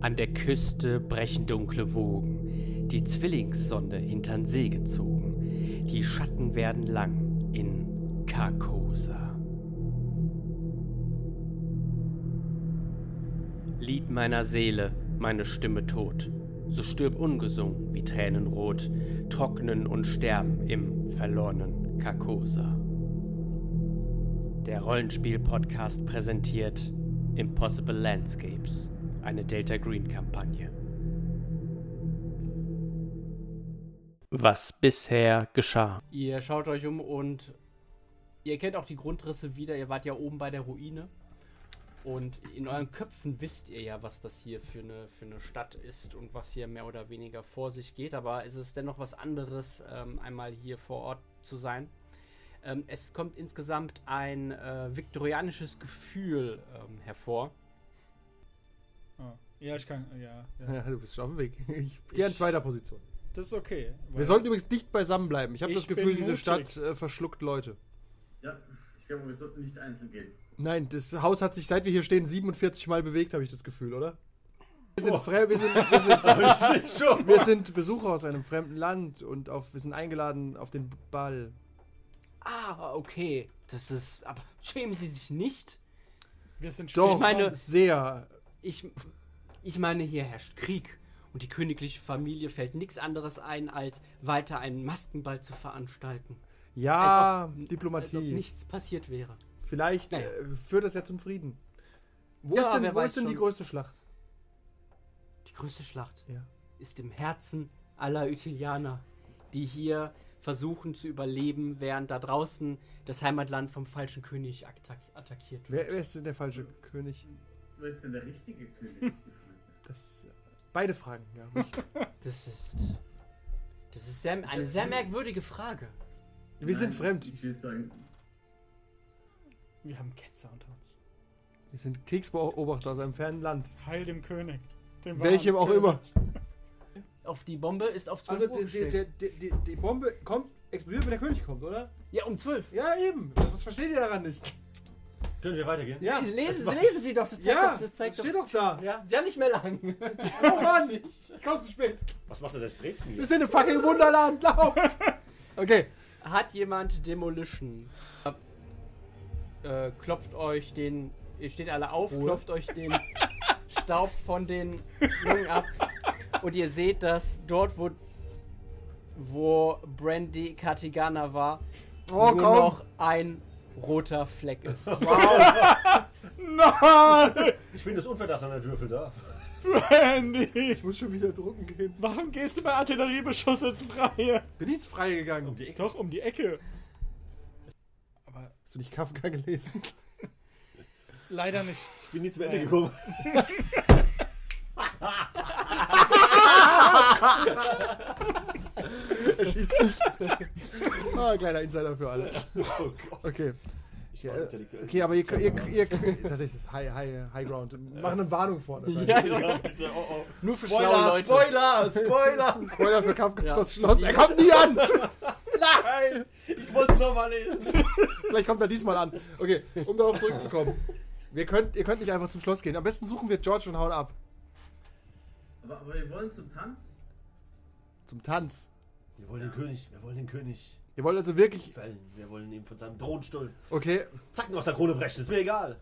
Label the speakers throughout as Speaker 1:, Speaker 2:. Speaker 1: An der Küste brechen dunkle Wogen, die Zwillingssonde hintern See gezogen. Die Schatten werden lang in Carcosa. Lied meiner Seele, meine Stimme tot. So stirb ungesungen wie Tränenrot, trocknen und sterben im verlorenen Carcosa. Der Rollenspiel-Podcast präsentiert Impossible Landscapes, eine Delta Green-Kampagne. Was bisher geschah.
Speaker 2: Ihr schaut euch um und ihr kennt auch die Grundrisse wieder. Ihr wart ja oben bei der Ruine. Und in euren Köpfen wisst ihr ja, was das hier für eine, für eine Stadt ist und was hier mehr oder weniger vor sich geht. Aber es ist dennoch was anderes, ähm, einmal hier vor Ort zu sein. Ähm, es kommt insgesamt ein äh, viktorianisches Gefühl ähm, hervor.
Speaker 3: Ah, Ja, ich kann. Ja, ja.
Speaker 4: Ja, du bist schon auf dem Weg. Ich gehe in zweiter Position.
Speaker 3: Das ist okay.
Speaker 4: Wir sollten übrigens dicht beisammen bleiben. Ich habe
Speaker 3: Ich
Speaker 4: das Gefühl,
Speaker 3: bin
Speaker 4: diese
Speaker 3: mutig.
Speaker 4: Stadt äh, verschluckt Leute.
Speaker 5: Ja, ich glaube, wir sollten nicht einzeln gehen.
Speaker 4: Nein, das Haus hat sich, seit wir hier stehen, 47 Mal bewegt, habe ich das Gefühl, oder? Wir sind, frei, wir, sind, wir, sind,
Speaker 3: schon.
Speaker 4: wir sind Besucher aus einem fremden Land und auf, wir sind eingeladen auf den Ball.
Speaker 2: Ah, okay. Das ist. Aber schämen Sie sich nicht?
Speaker 3: Wir sind
Speaker 4: Doch,
Speaker 3: stolz.
Speaker 2: meine-
Speaker 4: sehr.
Speaker 2: Ich, ich meine, hier herrscht Krieg. Und die königliche Familie fällt nichts anderes ein, als weiter einen Maskenball zu veranstalten.
Speaker 4: Ja,
Speaker 2: Als ob- Als
Speaker 4: Ah, Diplomatie.
Speaker 2: ob nichts passiert wäre.
Speaker 4: Vielleicht
Speaker 2: Naja.
Speaker 4: äh, führt das ja zum Frieden. Wo
Speaker 2: Ja,
Speaker 4: ist
Speaker 2: wer
Speaker 4: denn, wo
Speaker 2: weiß
Speaker 4: ist denn die
Speaker 2: schon.
Speaker 4: größte Schlacht?
Speaker 2: Die größte Schlacht
Speaker 4: Ja.
Speaker 2: ist im Herzen aller Utilianer, die hier versuchen zu überleben, während da draußen das Heimatland vom falschen König attack attackiert
Speaker 4: Wer,
Speaker 2: wird.
Speaker 4: wer ist denn der falsche König?
Speaker 5: Wer ist denn der richtige König? ist die Frage.
Speaker 4: Das, beide Fragen, ja. richtig.
Speaker 2: Das ist. Das ist sehr, eine sehr merkwürdige Frage.
Speaker 4: Wir sind
Speaker 5: Nein,
Speaker 4: fremd.
Speaker 5: Ich will sagen,
Speaker 3: Wir haben Ketzer unter uns.
Speaker 4: Wir sind Kriegsbeobachter aus einem fernen Land.
Speaker 3: Heil dem König. Dem
Speaker 4: Welchem
Speaker 3: wahren
Speaker 4: auch immer.
Speaker 2: Auf die Bombe ist auf 12
Speaker 4: Also
Speaker 2: Uhr
Speaker 4: die, die,
Speaker 2: gestellt.
Speaker 4: die, die, die, die Bombe kommt, explodiert, wenn der König kommt, oder?
Speaker 2: Ja, um 12.
Speaker 4: Ja, eben. Was versteht ihr daran nicht?
Speaker 6: Können wir weitergehen?
Speaker 4: Ja,
Speaker 2: Sie- lesen, Sie, lesen Sie doch, das zeigt
Speaker 4: ja,
Speaker 2: doch, das zeigt
Speaker 4: steht doch da.
Speaker 2: Ja, Sie haben nicht mehr lang.
Speaker 4: Oh Mann, ich komm zu spät.
Speaker 6: Was macht das als Rätsel
Speaker 4: Wir
Speaker 6: hier?
Speaker 4: sind im fucking Wunderland, lauf. Okay,
Speaker 2: Hat jemand Demolition? Äh, klopft euch den. Ihr steht alle auf, klopft euch den Staub von den Jungen ab. Und ihr seht, dass dort, wo, wo Brandy Katigana war,
Speaker 4: Oh,
Speaker 2: nur
Speaker 4: komm.
Speaker 2: noch ein roter Fleck ist.
Speaker 6: Ich finde es unfair, dass er nicht würfeln darf.
Speaker 3: Brandy.
Speaker 4: ich muss schon wieder drucken gehen.
Speaker 3: Warum gehst du bei Artilleriebeschuss ins Freie?
Speaker 4: Bin ich jetzt freigegangen?
Speaker 6: Um die Ecke.
Speaker 3: Doch, um die Ecke. Aber
Speaker 4: Hast du nicht Kafka gelesen?
Speaker 3: leider nicht.
Speaker 6: Ich bin nie zum Ende gekommen.
Speaker 4: Er schießt sich. ah, kleiner Insider für alle.
Speaker 6: Oh Gott.
Speaker 4: Okay.
Speaker 6: Ich
Speaker 4: Ja,
Speaker 6: war
Speaker 4: äh,
Speaker 6: intellektuell.
Speaker 4: okay, aber ihr, ihr, ihr tatsächlich ist High, High, High Ground. Machen eine Warnung vorne.
Speaker 6: Ja, bitte, oh, oh.
Speaker 2: Nur für schlaue
Speaker 6: Spoiler,
Speaker 2: Leute.
Speaker 6: Spoiler, Spoiler!
Speaker 4: Spoiler für Kafkas das Schloss. Er kommt nie an!
Speaker 6: Nein! Ich wollte es nochmal lesen.
Speaker 4: Vielleicht kommt er diesmal an. Okay, um darauf zurückzukommen. Wir könnt, ihr könnt nicht einfach zum Schloss gehen. Am besten suchen wir George und hauen ab.
Speaker 5: aber, aber wir wollen zum Tanz.
Speaker 4: Zum Tanz.
Speaker 6: Wir wollen den König, wir wollen den König
Speaker 4: Ihr wollt also wirklich.
Speaker 6: fällen. Wir wollen ihm von seinem Thronstuhl
Speaker 4: Okay,
Speaker 6: Zacken aus der Krone brechen. Ist mir egal.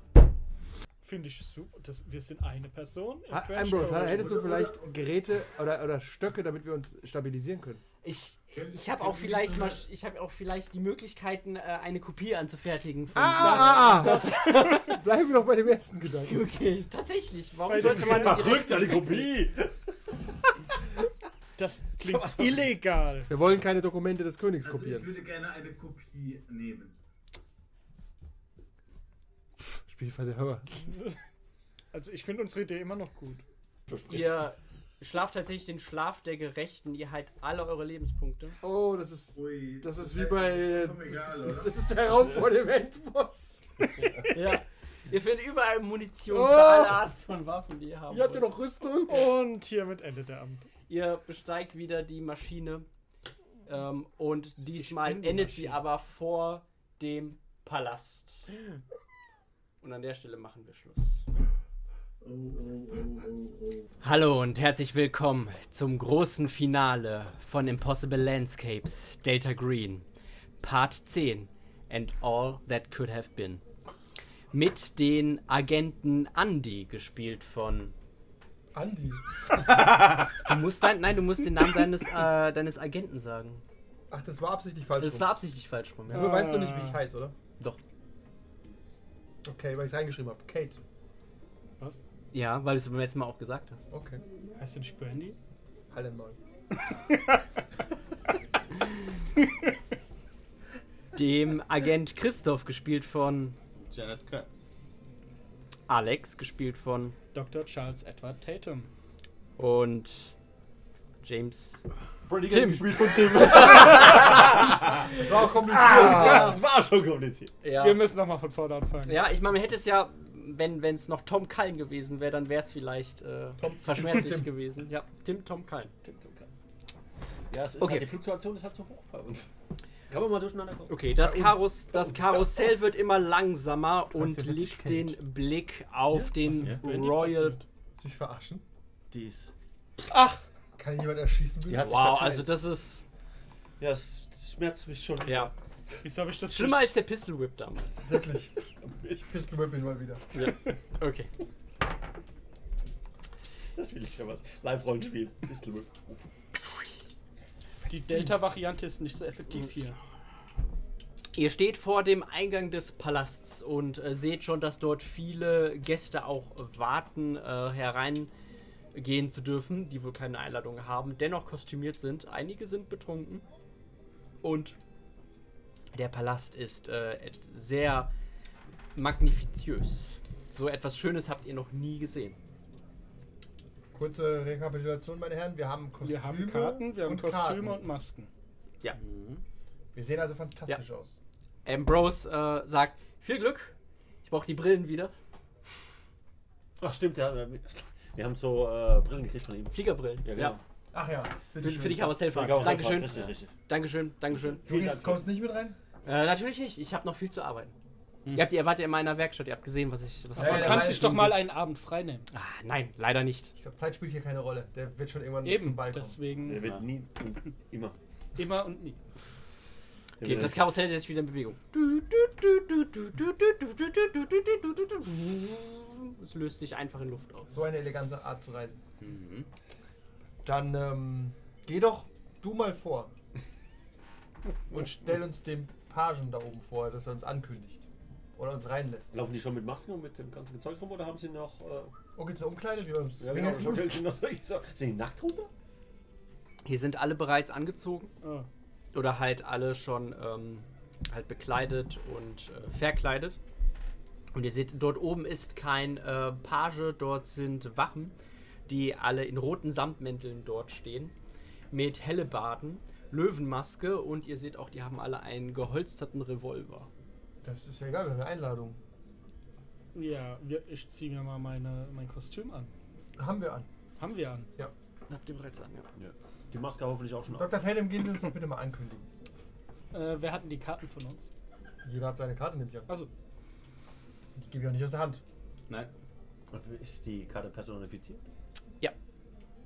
Speaker 3: Finde ich super. Das, wir sind eine Person. im
Speaker 4: Ha-
Speaker 3: Trench
Speaker 4: Ambrose,
Speaker 3: Coat.
Speaker 4: hättest du vielleicht Geräte oder, oder Stöcke, damit wir uns stabilisieren können?
Speaker 2: Ich, ich habe auch vielleicht mal, ich habe auch vielleicht die Möglichkeiten, äh, eine Kopie anzufertigen. Von
Speaker 4: Ah, Bleiben wir doch bei dem ersten Gedanken.
Speaker 2: Okay, tatsächlich. Warum
Speaker 3: Weil
Speaker 2: sollte
Speaker 3: das
Speaker 2: man nicht direkt-
Speaker 6: Verrückt, eine Kopie!
Speaker 3: Das klingt illegal.
Speaker 4: Wir wollen keine Dokumente des Königs
Speaker 5: Also ich
Speaker 4: kopieren.
Speaker 5: würde gerne eine Kopie nehmen.
Speaker 4: Spielverderber.
Speaker 3: Also ich finde unsere Idee immer noch gut.
Speaker 2: Ihr schlaft tatsächlich den Schlaf der Gerechten. Ihr heilt alle eure Lebenspunkte.
Speaker 4: Oh, das ist.
Speaker 5: Ui,
Speaker 4: Das ist wie
Speaker 5: wär
Speaker 4: bei.
Speaker 5: vollkommen
Speaker 4: Das
Speaker 5: egal,
Speaker 4: ist,
Speaker 5: oder?
Speaker 4: das ist der Raum vor dem Endboss.
Speaker 2: Ja. Ihr findet überall Munition
Speaker 4: Oh!
Speaker 2: für alle Arten von Waffen, die ihr haben
Speaker 4: Ihr habt ja
Speaker 2: wollt.
Speaker 4: noch Rüstung.
Speaker 3: Und hiermit endet der Abend.
Speaker 2: Ihr besteigt wieder die Maschine. Ähm, und diesmal
Speaker 3: bin die
Speaker 2: endet sie
Speaker 3: Maschine.
Speaker 2: aber vor dem Palast. Und an der Stelle machen wir Schluss.
Speaker 5: Oh, oh, oh, oh, oh.
Speaker 2: Hallo und herzlich willkommen zum großen Finale von Impossible Landscapes Delta Green, Part 10 and All That Could Have Been. Mit den Agenten Andy, gespielt von.
Speaker 4: Andi.
Speaker 2: Du musst dein, nein, du musst den Namen deines, äh, deines Agenten sagen.
Speaker 4: Ach, das war absichtlich falsch.
Speaker 2: Das war absichtlich falsch rum, ja.
Speaker 4: Uwe, weißt du nicht, wie ich heiße, oder?
Speaker 2: Doch.
Speaker 4: Okay, weil ich es reingeschrieben habe. Kate.
Speaker 3: Was?
Speaker 2: Ja, weil du es beim letzten Mal auch gesagt hast.
Speaker 4: Okay.
Speaker 3: Heißt du nicht Brandy?
Speaker 4: Halt den Maul.
Speaker 2: Dem Agent Christoph, gespielt von
Speaker 6: Janet Kurtz.
Speaker 2: Alex, gespielt von
Speaker 3: Dr. Charles Edward Tatum.
Speaker 2: und James
Speaker 6: Brandy
Speaker 2: Tim.
Speaker 6: gespielt von Tim. Ah,
Speaker 4: Das war auch kompliziert.
Speaker 6: Das war schon kompliziert.
Speaker 2: Ja.
Speaker 3: Wir müssen nochmal von vorne anfangen.
Speaker 2: Ja, ich meine, man hätte es ja, wenn es noch Tom Kallen gewesen wäre, dann wäre es vielleicht äh, verschmerzlich
Speaker 4: Tim.
Speaker 2: gewesen. Ja, Tim Tom Kallen.
Speaker 6: Ja, es ist
Speaker 2: Okay.
Speaker 6: halt, die Fluktuation ist halt so hoch bei uns. Kann man mal durcheinander kommen.
Speaker 2: Okay, das, Karus, das Karussell wird immer langsamer und
Speaker 4: dass ihr
Speaker 2: legt
Speaker 4: wirklich kennt.
Speaker 2: den Blick auf den
Speaker 6: ja.
Speaker 3: Wenn die
Speaker 2: Royal.
Speaker 3: passiert.
Speaker 4: Willst du mich verarschen?
Speaker 6: Dies.
Speaker 4: Kann jemand erschießen? bitte?
Speaker 6: Die hat sich
Speaker 2: Wow,
Speaker 6: verteilt.
Speaker 2: also das ist.
Speaker 6: Ja, es das schmerzt mich schon.
Speaker 2: Ja.
Speaker 3: Wieso habe ich das
Speaker 2: Schlimmer als
Speaker 3: nicht-
Speaker 2: der Pistol Whip damals.
Speaker 4: Wirklich. Ich pistol whip ihn mal wieder.
Speaker 2: Okay.
Speaker 6: Das will ich ja was. Live-Rollenspiel. Pistol Whip.
Speaker 3: Die Delta-Variante ist nicht so effektiv hier.
Speaker 2: Ihr steht vor dem Eingang des Palasts und äh, seht schon, dass dort viele Gäste auch warten, äh, hereingehen zu dürfen, die wohl keine Einladung haben, dennoch kostümiert sind. Einige sind betrunken. Und der Palast ist äh, et- sehr magnifiziös. So etwas Schönes habt ihr noch nie gesehen.
Speaker 4: Kurze Rekapitulation, meine Herren. Wir haben Kostüme.
Speaker 3: Wir haben Karten, wir haben
Speaker 4: und
Speaker 3: Kostüme
Speaker 4: Karten.
Speaker 3: und Masken.
Speaker 2: Ja.
Speaker 4: Wir sehen also fantastisch aus.
Speaker 2: Ambrose äh, sagt: Viel Glück, ich brauche die Brillen wieder.
Speaker 6: Ach, stimmt, ja. Wir wir haben so äh, Brillen gekriegt von ihm.
Speaker 2: Fliegerbrillen.
Speaker 6: Ja,
Speaker 2: Ja,
Speaker 6: genau.
Speaker 4: Ach ja.
Speaker 2: Für, für die Karussellfahrt.
Speaker 6: Egal, was er
Speaker 2: Dankeschön.
Speaker 6: fragt. Richtig, richtig.
Speaker 2: Dankeschön, Dankeschön.
Speaker 4: Du riechst- kommst nicht mit rein?
Speaker 2: Äh, natürlich nicht. Ich habe noch viel zu arbeiten. Ihr, habt, ihr wart ja in meiner Werkstatt. Ihr habt gesehen, was ich. Was
Speaker 4: Hm. Ja,
Speaker 3: Man
Speaker 2: ich
Speaker 4: ja,
Speaker 3: kann
Speaker 4: ja,
Speaker 3: sich
Speaker 4: ja,
Speaker 3: doch mal einen Abend freinehmen.
Speaker 2: ah, nein, leider nicht.
Speaker 4: Ich glaube, Zeit spielt hier keine Rolle. Der wird schon irgendwann zum
Speaker 3: Eben,
Speaker 4: Ball kommen.
Speaker 6: Der
Speaker 3: deswegen
Speaker 6: wird nie, immer.
Speaker 3: immer und nie.
Speaker 6: Der
Speaker 2: Okay,
Speaker 6: wird-
Speaker 2: das Karussell ist jetzt wieder in Bewegung. Es löst sich einfach in Luft aus.
Speaker 4: So eine elegante Art zu reisen.
Speaker 6: Mhm.
Speaker 4: Dann ähm, geh doch du mal vor. Und stell uns den Pagen da oben vor, dass er uns ankündigt. Oder uns reinlässt.
Speaker 6: Laufen die schon mit Masken und mit dem ganzen Zeug rum oder haben sie noch. Äh,
Speaker 4: Okay, zur Umkleide, wie beim
Speaker 6: ja, genau,
Speaker 4: Swingerclub.
Speaker 6: schon noch so- Sind die nackt runter?
Speaker 2: Hier sind alle bereits angezogen.
Speaker 3: Oh.
Speaker 2: Oder halt alle schon ähm, halt bekleidet und äh, verkleidet. Und ihr seht, dort oben ist kein äh, Page, dort sind Wachen, die alle in roten Samtmänteln dort stehen, mit Hellebarden, Löwenmaske und ihr seht auch, die haben alle einen geholsterten Revolver.
Speaker 4: Das ist ja egal, wir haben eine Einladung.
Speaker 3: Ja, wir, ich ziehe mir mal meine, mein Kostüm an.
Speaker 4: Haben wir an.
Speaker 3: Haben wir an.
Speaker 2: Habt ihr bereits an, ja.
Speaker 6: Ja. Die Maske hoffentlich auch schon auf.
Speaker 4: Dr. Tatum, gehen Sie uns doch bitte mal ankündigen.
Speaker 3: Äh, wer hatten die Karten von uns?
Speaker 4: Jeder hat seine Karte, nehme ich an.
Speaker 3: Also,
Speaker 4: Ich gebe die auch nicht aus der Hand.
Speaker 6: Nein. Ist die Karte personifiziert?
Speaker 2: Ja.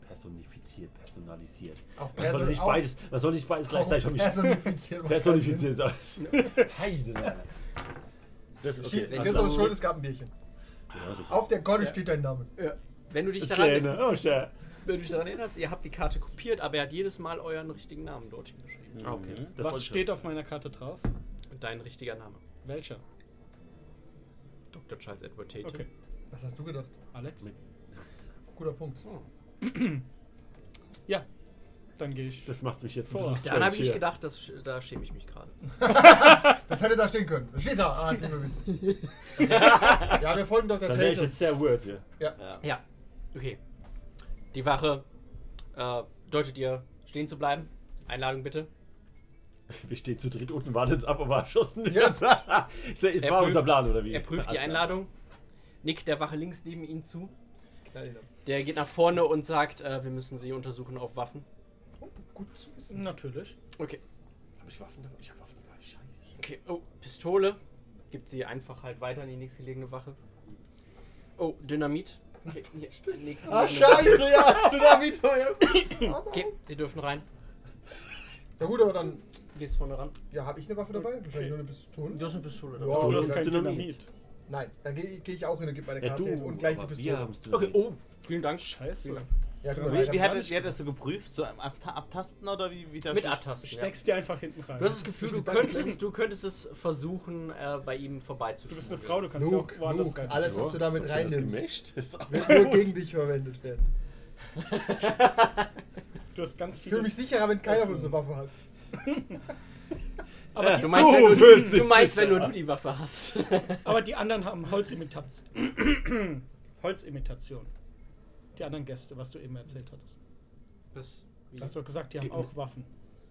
Speaker 6: Personifiziert, personalisiert.
Speaker 4: Auch
Speaker 6: Man soll nicht
Speaker 4: auch-
Speaker 6: beides, man soll nicht beides gleichzeitig
Speaker 4: auch
Speaker 6: haben.
Speaker 4: Personifiziert. macht
Speaker 6: Personifiziert sein. Heide. Das
Speaker 4: keinen Sinn.
Speaker 6: ist okay. Also Das
Speaker 4: Chris,
Speaker 6: ist
Speaker 4: uns schuld, es gab ein Bierchen. Auf der Karte steht dein Name.
Speaker 2: Wenn du, dich
Speaker 6: Das
Speaker 2: daran,
Speaker 6: kleine. Oh, schön.
Speaker 2: wenn du dich daran erinnerst, ihr habt die Karte kopiert, aber er hat jedes Mal euren richtigen Namen dort hingeschrieben.
Speaker 6: Okay. Das wollte
Speaker 3: was
Speaker 6: ich
Speaker 3: steht auf meiner Karte drauf?
Speaker 2: Und dein richtiger Name.
Speaker 3: Welcher?
Speaker 2: Dr. Charles Edward Tate.
Speaker 3: Okay.
Speaker 4: Was hast du gedacht?
Speaker 3: Alex?
Speaker 6: Mit-
Speaker 4: Guter Punkt.
Speaker 3: Ja. Dann gehe ich.
Speaker 6: Das macht mich jetzt
Speaker 3: Vor.
Speaker 2: Dann habe
Speaker 6: strange
Speaker 2: ich
Speaker 6: hier.
Speaker 2: gedacht, das, sch- da schäme ich mich gerade.
Speaker 4: Das hätte da stehen können. Das steht da. Ah, ist nicht mehr witzig. ja, wir folgen Dr.
Speaker 6: Dann wäre ich
Speaker 4: Tatum.
Speaker 6: jetzt sehr weird hier.
Speaker 4: Ja.
Speaker 2: Ja, okay. Die Wache äh, deutet ihr, stehen zu bleiben. Einladung bitte.
Speaker 6: Wir stehen zu dritt unten, warten jetzt ab, aber erschossen nicht.
Speaker 4: Ja.
Speaker 6: Ja. ist der- ist war unser Plan, oder wie?
Speaker 2: Er prüft die
Speaker 6: Alles klar.
Speaker 2: Einladung. Nickt der Wache links neben ihm zu. Der geht nach vorne und sagt, äh, wir müssen sie untersuchen auf Waffen.
Speaker 4: Oh, gut zu wissen.
Speaker 3: Natürlich.
Speaker 2: Okay.
Speaker 6: Hab ich Waffen dabei? Ich hab Waffen dabei. Scheiße.
Speaker 2: Okay. Oh, Pistole. Gibt sie einfach halt weiter an die nächstgelegene Wache. Oh, Dynamit. Okay, hier, nächstes
Speaker 4: Ah, scheiße, ja, hast du da wieder. Ja,
Speaker 2: Okay, sie dürfen rein.
Speaker 4: Na gut, aber dann.
Speaker 2: Gehst vorne ran.
Speaker 4: Ja, habe ich eine Waffe dabei? Wahrscheinlich nur eine
Speaker 2: Du
Speaker 4: Pistole.
Speaker 2: hast eine Pistole
Speaker 4: Ja.
Speaker 3: Du
Speaker 4: Oh,
Speaker 3: hast
Speaker 4: das
Speaker 3: kein
Speaker 4: ist
Speaker 6: Dynamit.
Speaker 3: Dynamit.
Speaker 4: Nein, dann gehe geh ich auch hin und gebe meine
Speaker 6: Ja,
Speaker 4: Karte
Speaker 6: du.
Speaker 4: hin und gleich die
Speaker 6: aber
Speaker 4: Pistole.
Speaker 6: Wir haben's
Speaker 2: Okay,
Speaker 6: Dynamit.
Speaker 2: oh, vielen Dank. Vielen
Speaker 3: Scheiße.
Speaker 2: Dank.
Speaker 4: Ja, tut mir leid,
Speaker 7: Wie, wie,
Speaker 4: hab
Speaker 7: hat,
Speaker 4: ich
Speaker 7: wie hat das so geprüft? So am Abt- Abtasten oder wie, wie das
Speaker 2: Mit Abtasten. Ja.
Speaker 3: Steckst dir einfach hinten rein.
Speaker 2: Du hast das Gefühl,
Speaker 4: Bist
Speaker 2: du
Speaker 4: du beide
Speaker 2: könntest, du könntest es versuchen, äh, bei ihm vorbeizuschauen.
Speaker 3: Du bist eine Frau, du kannst ja
Speaker 4: Luke,
Speaker 3: auch woanders
Speaker 4: Luke,
Speaker 3: rein.
Speaker 4: alles, was du damit
Speaker 6: so schön das
Speaker 4: reinnimmst,
Speaker 6: gemischt ist auch
Speaker 4: wird nur gegen dich verwendet werden.
Speaker 3: Du hast ganz
Speaker 4: Ich
Speaker 3: viel.
Speaker 4: fühle mich sicherer, wenn keiner von uns eine Waffe hat.
Speaker 3: aber,
Speaker 2: Du
Speaker 3: die,
Speaker 2: meinst,
Speaker 6: Du
Speaker 2: wenn, nur
Speaker 6: willst
Speaker 2: du, du
Speaker 6: es
Speaker 2: meinst wenn
Speaker 6: sicher.
Speaker 2: nur du die Waffe hast.
Speaker 3: aber die anderen haben Holzimitanz. Holzimitation. Die anderen Gäste, was du eben erzählt hattest.
Speaker 2: Das, wie
Speaker 3: Du hast doch gesagt, die haben
Speaker 6: Geht
Speaker 3: auch Waffen.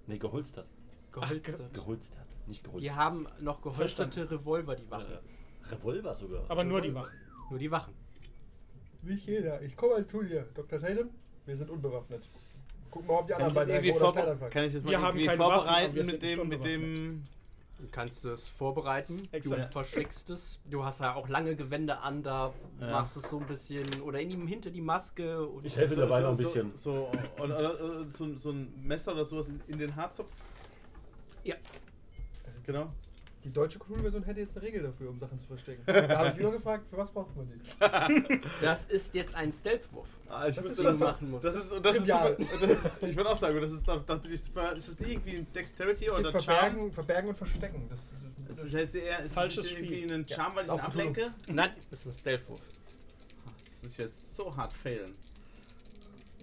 Speaker 6: Nee, geholstert.
Speaker 2: geholstert.
Speaker 6: Geholstert, nicht geholstert.
Speaker 2: Die haben noch geholsterte Revolver, die Waffen.
Speaker 6: Äh, Revolver sogar.
Speaker 3: Aber nur die Waffen.
Speaker 2: Nur die Wachen.
Speaker 4: Nicht jeder. Ich komme mal zu dir, Dr. Tatum. Wir sind unbewaffnet. Gucken wir mal, ob die
Speaker 7: Kann
Speaker 4: anderen
Speaker 7: ich, das
Speaker 4: beiden
Speaker 7: irgendwie
Speaker 4: irgendwo oder
Speaker 7: vorbe-
Speaker 4: Stein anfangen.
Speaker 7: kann ich das mal
Speaker 3: Wir haben
Speaker 7: irgendwie
Speaker 3: keine Waffen, aber wir
Speaker 7: vorbereiten
Speaker 3: sind
Speaker 7: mit dem, mit dem.
Speaker 2: Du kannst es vorbereiten, du
Speaker 3: Exakt.
Speaker 2: versteckst es. Du hast ja auch lange Gewände an, da
Speaker 7: Ja.
Speaker 2: machst es so ein bisschen. Oder in ihm hinter die Maske. Und
Speaker 6: Ich helfe dabei noch ein bisschen.
Speaker 7: So, so, oder, oder, oder so, so ein Messer oder sowas in, in den Haarzopf.
Speaker 2: Ja.
Speaker 7: Genau.
Speaker 4: Die deutsche Cool-Version hätte jetzt eine Regel dafür, um Sachen zu verstecken. da habe ich immer gefragt, für was braucht man die?
Speaker 2: Das ist jetzt ein Stealth-Wurf.
Speaker 7: Ah, ich
Speaker 4: Das ist
Speaker 7: wüsste, dass
Speaker 4: schon-
Speaker 7: das,
Speaker 2: machen
Speaker 7: das ist, und das ist
Speaker 4: Trivial.
Speaker 7: super, das, ich würde auch sagen, das ist, da, da bin ich super, ist das nicht irgendwie ein Dexterity
Speaker 4: Es gibt
Speaker 7: oder Charm?
Speaker 4: verbergen, verbergen und verstecken. Das ist,
Speaker 7: Das ist- heißt eher, ist
Speaker 3: Falsches
Speaker 7: das nicht
Speaker 3: Spiel.
Speaker 7: irgendwie ein Charm, weil ich
Speaker 4: Auch
Speaker 7: ihn ablenke?
Speaker 2: Nein, das ist ein Stealth-Wurf.
Speaker 7: Das ist jetzt so hart failen.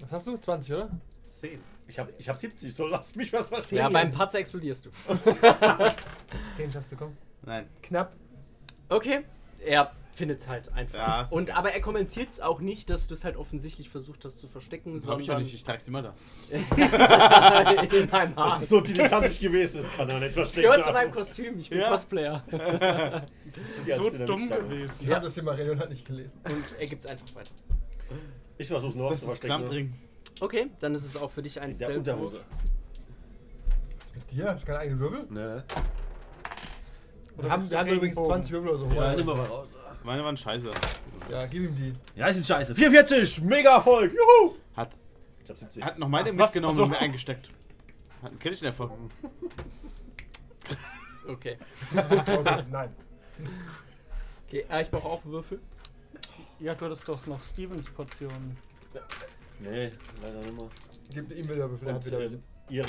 Speaker 4: was hast du? 20, oder?
Speaker 7: 10.
Speaker 6: Ich hab, ich hab 70, so lass mich was passieren.
Speaker 2: Ja, beim Patzer explodierst du.
Speaker 4: 10 schaffst du, komm.
Speaker 7: Nein.
Speaker 4: Knapp.
Speaker 2: Okay. Er findet es halt einfach.
Speaker 7: Ja, ist
Speaker 2: und
Speaker 7: okay.
Speaker 2: aber er kommentiert es auch nicht, dass du es halt offensichtlich versucht hast zu verstecken,
Speaker 7: Hab
Speaker 2: sondern
Speaker 7: ich auch nicht, ich trag's immer da.
Speaker 2: in meinem Haar.
Speaker 6: Das ist so dilettantisch gewesen, das kann doch nicht versteckt
Speaker 2: Gehört zu meinem Kostüm, ich bin
Speaker 7: Ja.
Speaker 2: Cosplayer.
Speaker 3: So dumm gewesen.
Speaker 4: Ich habe das hier mal und hat nicht gelesen.
Speaker 2: Und er gibt es einfach weiter.
Speaker 6: Ich versuch's noch
Speaker 7: Das
Speaker 6: zu
Speaker 7: ist
Speaker 6: verstecken. ne?
Speaker 7: Klammring.
Speaker 2: Okay, dann ist es auch für dich ein
Speaker 6: In der
Speaker 2: Stealth-Wurf.
Speaker 6: Unterhose.
Speaker 4: Mit dir? Hast du keine eigenen Würfel?
Speaker 6: Ne.
Speaker 4: Wir haben, wir haben übrigens 20 Würfel oder so.
Speaker 6: Ja,
Speaker 4: Ja,
Speaker 6: nimm mal raus.
Speaker 7: Meine waren scheiße.
Speaker 4: ja gib ihm die.
Speaker 6: Ja, ist ein Scheiße. 44, mega Erfolg, juhu!
Speaker 7: Hat,
Speaker 6: Ich hab 70.
Speaker 7: hat noch meine
Speaker 3: was?
Speaker 7: mitgenommen
Speaker 3: Ach so.
Speaker 7: und mir eingesteckt. Hat einen kritischen Erfolg.
Speaker 2: Okay.
Speaker 4: Okay, nein.
Speaker 2: okay. Ah, ich brauche auch Würfel.
Speaker 3: Ja, du hattest doch noch Stevens Portionen.
Speaker 6: Nee, leider nicht mehr.
Speaker 4: Gib ihm wieder Würfel. er hat
Speaker 6: Und
Speaker 4: wieder
Speaker 6: äh,
Speaker 4: welche.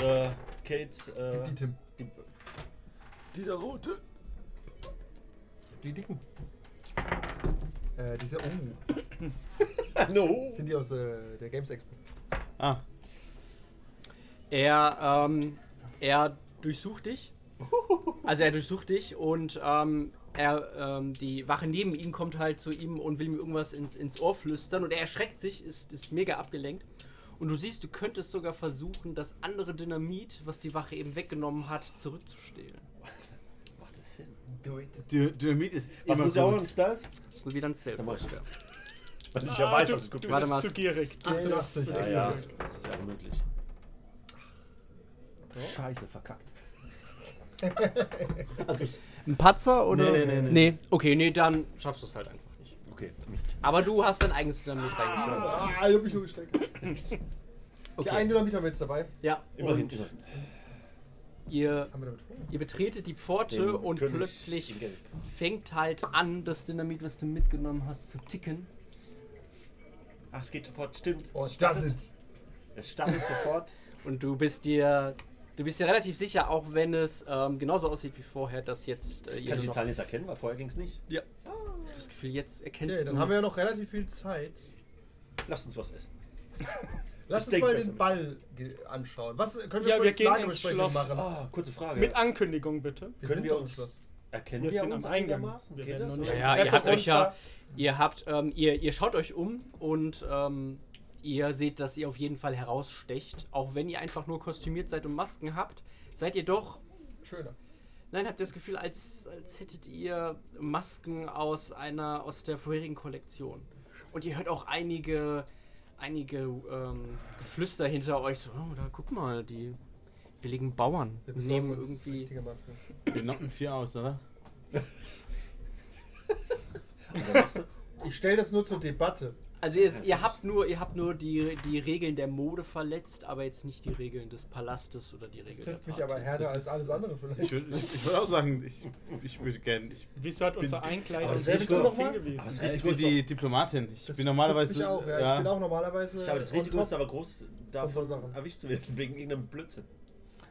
Speaker 6: ihre Kates, äh,
Speaker 4: Gib die Tim.
Speaker 6: die, die der Rote.
Speaker 4: Die dicken. Äh, diese, oh,
Speaker 6: No.
Speaker 4: sind die aus äh, der Games Expo.
Speaker 7: Ah,
Speaker 2: Er, ähm, er durchsucht dich. Also er durchsucht dich und ähm, er, ähm, die Wache neben ihm kommt halt zu ihm und will ihm irgendwas ins, ins Ohr flüstern und er erschreckt sich, ist, ist mega abgelenkt. Und du siehst, du könntest sogar versuchen, das andere Dynamit, was die Wache eben weggenommen hat, zurückzustehlen.
Speaker 6: Macht das Sinn?
Speaker 4: Do it.
Speaker 7: Dy- Dynamit ist
Speaker 6: Was
Speaker 7: immer
Speaker 6: muss ich auch
Speaker 7: so.
Speaker 6: im Stealth?
Speaker 2: Das ist nur wieder ein Stealth.
Speaker 6: Dann mach ich das. Weil ich ja weiß, dass ich
Speaker 3: du, du
Speaker 6: gucke.
Speaker 2: Warte
Speaker 3: bist
Speaker 2: mal.
Speaker 3: zu gierig. Du bist
Speaker 4: 88.
Speaker 3: zu
Speaker 6: Ja,
Speaker 3: gierig.
Speaker 6: ja, ist ja auch möglich. Scheiße, verkackt. also,
Speaker 2: Ein Patzer oder?
Speaker 6: Nee, nee, nee,
Speaker 2: nee. okay, nee, dann schaffst du es halt einfach nicht.
Speaker 6: okay, Mist.
Speaker 2: Aber du hast dein eigenes Dynamit reingesetzt.
Speaker 4: Ah, ich hab mich nur gesteckt. Die einen
Speaker 2: Okay.
Speaker 4: Dynamit haben wir jetzt dabei.
Speaker 2: Ja,
Speaker 6: Immerhin.
Speaker 2: und ihr
Speaker 4: Was haben wir damit vor?
Speaker 2: Ihr betretet die Pforte
Speaker 6: Den
Speaker 2: und
Speaker 6: König
Speaker 2: plötzlich
Speaker 6: in Gelb.
Speaker 2: fängt halt an, das Dynamit, was du mitgenommen hast, zu ticken.
Speaker 6: Ach, es geht sofort, stimmt.
Speaker 4: Oh,
Speaker 6: es
Speaker 4: das
Speaker 6: startet-
Speaker 4: sind.
Speaker 6: Es startet sofort.
Speaker 2: Und du bist dir, du bist dir relativ sicher, auch wenn es ähm, genauso aussieht wie vorher, dass jetzt äh, ihr
Speaker 6: Kann ich die
Speaker 2: noch-
Speaker 6: Zahlen jetzt erkennen? Weil vorher ging es nicht.
Speaker 2: das Gefühl jetzt erkennst
Speaker 4: Okay, dann
Speaker 2: du.
Speaker 4: haben wir ja noch relativ viel Zeit.
Speaker 6: Lasst uns was essen.
Speaker 4: Lass uns
Speaker 6: denk
Speaker 4: mal
Speaker 6: besser
Speaker 4: den
Speaker 6: mit.
Speaker 4: Ball ge- anschauen. Was können wir
Speaker 3: Ja, wir
Speaker 4: kurz
Speaker 3: gehen ins
Speaker 4: Lagebesprechung
Speaker 3: Schloss.
Speaker 4: machen?
Speaker 6: Ah, kurze Frage.
Speaker 3: Mit Ankündigung bitte.
Speaker 4: Wir
Speaker 6: können
Speaker 4: sind
Speaker 6: wir
Speaker 4: doch im
Speaker 6: uns-
Speaker 4: Schloss.
Speaker 6: Erkennen
Speaker 3: Wir
Speaker 6: wir,
Speaker 3: sind
Speaker 6: uns
Speaker 3: am Eingang.
Speaker 6: einigermaßen?
Speaker 3: Wir
Speaker 6: Geht
Speaker 3: werden
Speaker 6: das?
Speaker 3: noch
Speaker 6: Oder
Speaker 3: nicht-
Speaker 6: ist
Speaker 2: ja,
Speaker 6: es
Speaker 2: ihr habt
Speaker 6: Treppe
Speaker 2: euch ja,
Speaker 6: runter?
Speaker 2: ihr habt, ähm, ihr, ihr schaut euch um und ähm, ihr seht, dass ihr auf jeden Fall herausstecht. Auch wenn ihr einfach nur kostümiert seid und Masken habt, seid ihr doch
Speaker 4: Schöner.
Speaker 2: Nein, habt ihr das Gefühl, als, als hättet ihr Masken aus einer aus der vorherigen Kollektion. Und ihr hört auch einige, einige ähm, Geflüster hinter euch. So, oh, da guck mal, die billigen Bauern
Speaker 4: Wir besorgen
Speaker 2: nehmen
Speaker 4: uns
Speaker 2: irgendwie.
Speaker 4: richtige Masken.
Speaker 7: Wir knocken vier aus, oder?
Speaker 6: Und dann machst du-
Speaker 4: Ich stelle das nur zur Debatte.
Speaker 2: Also ihr, ihr habt nur, ihr habt nur die, die Regeln der Mode verletzt, aber jetzt nicht die Regeln des Palastes oder die
Speaker 4: Das
Speaker 2: Regeln
Speaker 4: trifft
Speaker 2: der
Speaker 4: mich aber
Speaker 2: Party.
Speaker 4: härter
Speaker 7: Das
Speaker 4: als
Speaker 7: ist-
Speaker 4: alles andere vielleicht.
Speaker 7: Ich würde ich würd auch sagen, ich, ich würde gerne. Ich,
Speaker 3: Wieso hat unser
Speaker 6: Aber
Speaker 3: Einkleider
Speaker 6: das
Speaker 3: nicht
Speaker 6: ist
Speaker 4: doch
Speaker 3: darauf
Speaker 4: mal-
Speaker 3: hingewiesen?
Speaker 7: äh, ich bin die Diplomatin. Ich bin normalerweise.
Speaker 4: trifft mich auch, ja. Ich bin auch normalerweise.
Speaker 6: Ich glaube, das
Speaker 4: on
Speaker 6: Risiko
Speaker 4: top.
Speaker 6: ist aber groß,
Speaker 4: so
Speaker 6: davon
Speaker 4: Sachen.
Speaker 6: erwischt zu werden, wegen irgendeinem Blödsinn.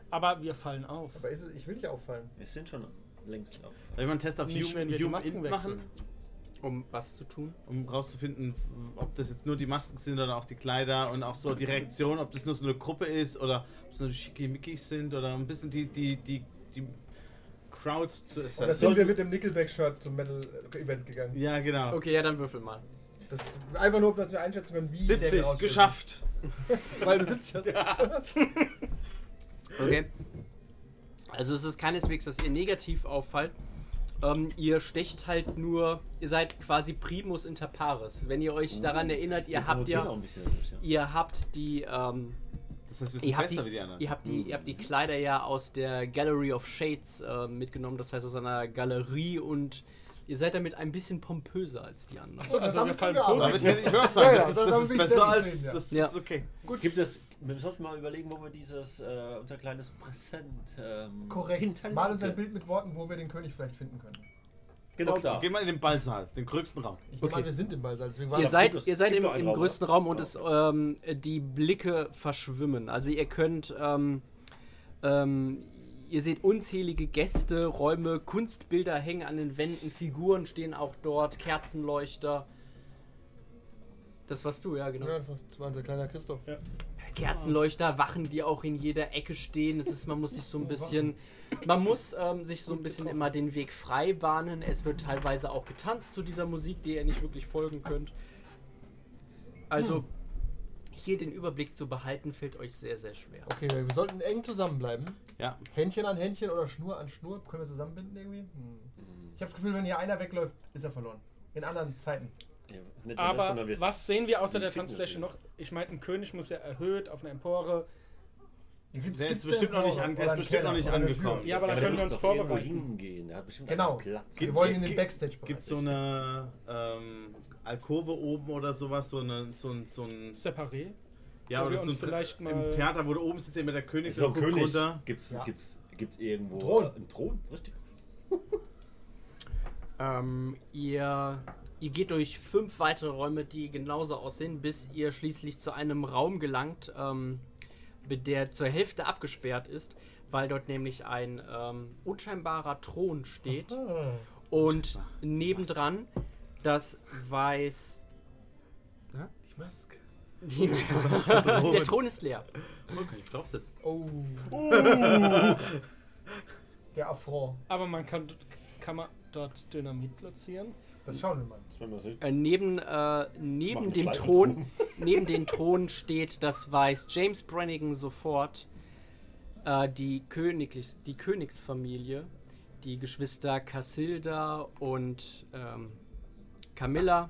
Speaker 3: Aber wir fallen auf.
Speaker 4: Aber ist es, ich will nicht auffallen.
Speaker 6: Wir sind schon längst auf.
Speaker 7: Soll ich mal einen Test auf
Speaker 3: Nicht,
Speaker 7: Human,
Speaker 3: wenn wir die
Speaker 7: Human
Speaker 3: Masken
Speaker 7: Int machen,
Speaker 3: wechseln.
Speaker 2: Um was zu tun?
Speaker 7: um rauszufinden, ob das jetzt nur die Masken sind oder auch die Kleider und auch so die Reaktion, ob das nur so eine Gruppe ist oder ob es nur die Schickimickis sind oder ein bisschen die, die, die, die Crowd zu
Speaker 4: Und das
Speaker 7: assessen.
Speaker 4: sind wir mit dem Nickelback-Shirt zum Metal-Event gegangen.
Speaker 7: Ja, genau.
Speaker 2: Okay, ja, dann würfel mal.
Speaker 4: Das ist einfach nur, dass wir einschätzen können, wie sehr wir
Speaker 7: 70,
Speaker 4: rausfinden.
Speaker 7: geschafft.
Speaker 4: Weil du 70 hast.
Speaker 2: Okay. Also es ist keineswegs, dass ihr negativ auffallt. Ähm, ihr stecht halt nur, ihr seid quasi Primus inter pares. Wenn ihr euch daran erinnert, ihr habt
Speaker 6: provozieren auch
Speaker 2: ja,
Speaker 6: ein bisschen dadurch, ja.
Speaker 2: ihr habt die, ähm,
Speaker 7: Das heißt, wir sind
Speaker 2: ihr habt
Speaker 7: besser
Speaker 2: die,
Speaker 7: wie die anderen. Mhm.
Speaker 2: ihr habt die, ihr habt die Kleider ja aus der Gallery of Shades äh, mitgenommen, das heißt aus einer Galerie und ihr seid damit ein bisschen pompöser als die anderen.
Speaker 3: Achso, also wir
Speaker 4: Damit
Speaker 3: fallen
Speaker 4: können wir
Speaker 7: Damit
Speaker 3: positiv.
Speaker 7: hätte ich auch sagen,
Speaker 4: Ja,
Speaker 7: das
Speaker 4: ja,
Speaker 7: ist,
Speaker 4: damit
Speaker 7: das ist
Speaker 4: bin ich
Speaker 7: besser
Speaker 4: sehr
Speaker 7: als.
Speaker 4: zufrieden, ja.
Speaker 7: Das
Speaker 2: Ja.
Speaker 7: ist okay.
Speaker 6: Gibt es, wir sollten mal überlegen, wo wir dieses, äh, unser kleines Präsent ähm,
Speaker 4: Korrekt.
Speaker 6: hinterlegen.
Speaker 4: Mal uns ein Bild mit Worten, wo wir den König vielleicht finden können.
Speaker 6: Genau
Speaker 2: Okay.
Speaker 6: da.
Speaker 7: Geh mal in den Ballsaal, den größten Raum.
Speaker 4: Ich
Speaker 2: Okay.
Speaker 4: meine, wir sind im Ballsaal, deswegen
Speaker 2: Ihr
Speaker 4: das-
Speaker 2: seid,
Speaker 6: das
Speaker 2: ihr seid
Speaker 6: gibt
Speaker 2: im,
Speaker 6: nur einen
Speaker 2: im
Speaker 6: Raum,
Speaker 2: größten
Speaker 6: oder?
Speaker 2: Raum und
Speaker 6: Ja.
Speaker 2: es, ähm, die Blicke verschwimmen. Also ihr könnt, ähm, ähm, ihr seht unzählige Gäste, Räume, Kunstbilder hängen an den Wänden, Figuren stehen auch dort, Kerzenleuchter. Das warst du, ja genau.
Speaker 4: Ja, ne? das war- das war unser kleiner Christoph.
Speaker 2: Kerzenleuchter, Wachen, die auch in jeder Ecke stehen. Es ist, man muss sich so ein bisschen, man muss ähm, sich so ein bisschen immer den Weg frei bahnen. Es wird teilweise auch getanzt zu dieser Musik, die ihr nicht wirklich folgen könnt. Also hier den Überblick zu behalten, fällt euch sehr, sehr schwer.
Speaker 4: Okay, wir sollten eng zusammenbleiben.
Speaker 7: Ja.
Speaker 4: Händchen an Händchen oder Schnur an Schnur. Können wir zusammenbinden irgendwie? Hm. Ich habe das Gefühl, wenn hier einer wegläuft, ist er verloren. In anderen Zeiten.
Speaker 6: Ja, nicht nur das,
Speaker 3: Aber
Speaker 6: sondern
Speaker 3: was sehen wir außer
Speaker 6: wir
Speaker 3: der
Speaker 6: finden
Speaker 3: Tanzfläche
Speaker 6: uns
Speaker 3: noch? Ich meine, ein König muss ja erhöht auf einer Empore.
Speaker 4: Hier gibt's-
Speaker 7: Der
Speaker 4: gibt's
Speaker 7: ist bestimmt noch nicht an-
Speaker 4: oder
Speaker 7: der ist
Speaker 4: einen
Speaker 7: bestimmt
Speaker 4: Keller
Speaker 7: noch nicht
Speaker 4: oder eine
Speaker 7: angekommen.
Speaker 4: Tür.
Speaker 3: Ja, aber
Speaker 6: Ja,
Speaker 3: da
Speaker 6: der
Speaker 3: können wir
Speaker 6: muss
Speaker 3: uns
Speaker 6: doch irgendwo
Speaker 3: vorbereiten.
Speaker 6: Hingehen. Der hat bestimmt
Speaker 4: Genau.
Speaker 6: einen Platz.
Speaker 4: Wir
Speaker 7: Gibt-
Speaker 4: wollen in
Speaker 7: gibt-
Speaker 4: den Backstage-Bereich.
Speaker 7: Gibt es so eine ähm, Alkove oben oder sowas? So, eine, so, ein- so ein.
Speaker 3: Separé.
Speaker 7: Ja,
Speaker 3: Wo
Speaker 7: oder
Speaker 3: wir
Speaker 7: so
Speaker 3: uns
Speaker 7: ein.
Speaker 3: vielleicht mal-
Speaker 7: Im Theater, wo du oben sitzt, immer der König
Speaker 6: So,
Speaker 7: und guckt
Speaker 6: König.
Speaker 7: runter.
Speaker 6: Gibt's,
Speaker 4: Ja.
Speaker 6: gibt's, gibt's irgendwo
Speaker 4: Thron.
Speaker 6: einen Thron? Richtig.
Speaker 2: Ähm, ihr, ihr geht durch fünf weitere Räume, die genauso aussehen, bis ihr schließlich zu einem Raum gelangt, ähm, be- der zur Hälfte abgesperrt ist, weil dort nämlich ein ähm, unscheinbarer Thron steht
Speaker 4: Ah.
Speaker 2: und nebendran das weiß.
Speaker 7: Die Maske.
Speaker 2: der Thron ist leer.
Speaker 7: Man kann ich draufsetzen.
Speaker 4: Oh. Der Affront.
Speaker 3: Aber man kann, kann man dort Dynamit platzieren.
Speaker 4: Das schauen wir mal.
Speaker 6: Das wollen wir sehen.
Speaker 2: Äh, neben äh,
Speaker 6: Mach
Speaker 2: neben
Speaker 6: eine
Speaker 2: dem
Speaker 6: Schleife
Speaker 2: Thron, neben den Thron steht, das weiß James Brannigan sofort, äh, die, Königlich, die Königsfamilie, die Geschwister Cassilda und ähm, Camilla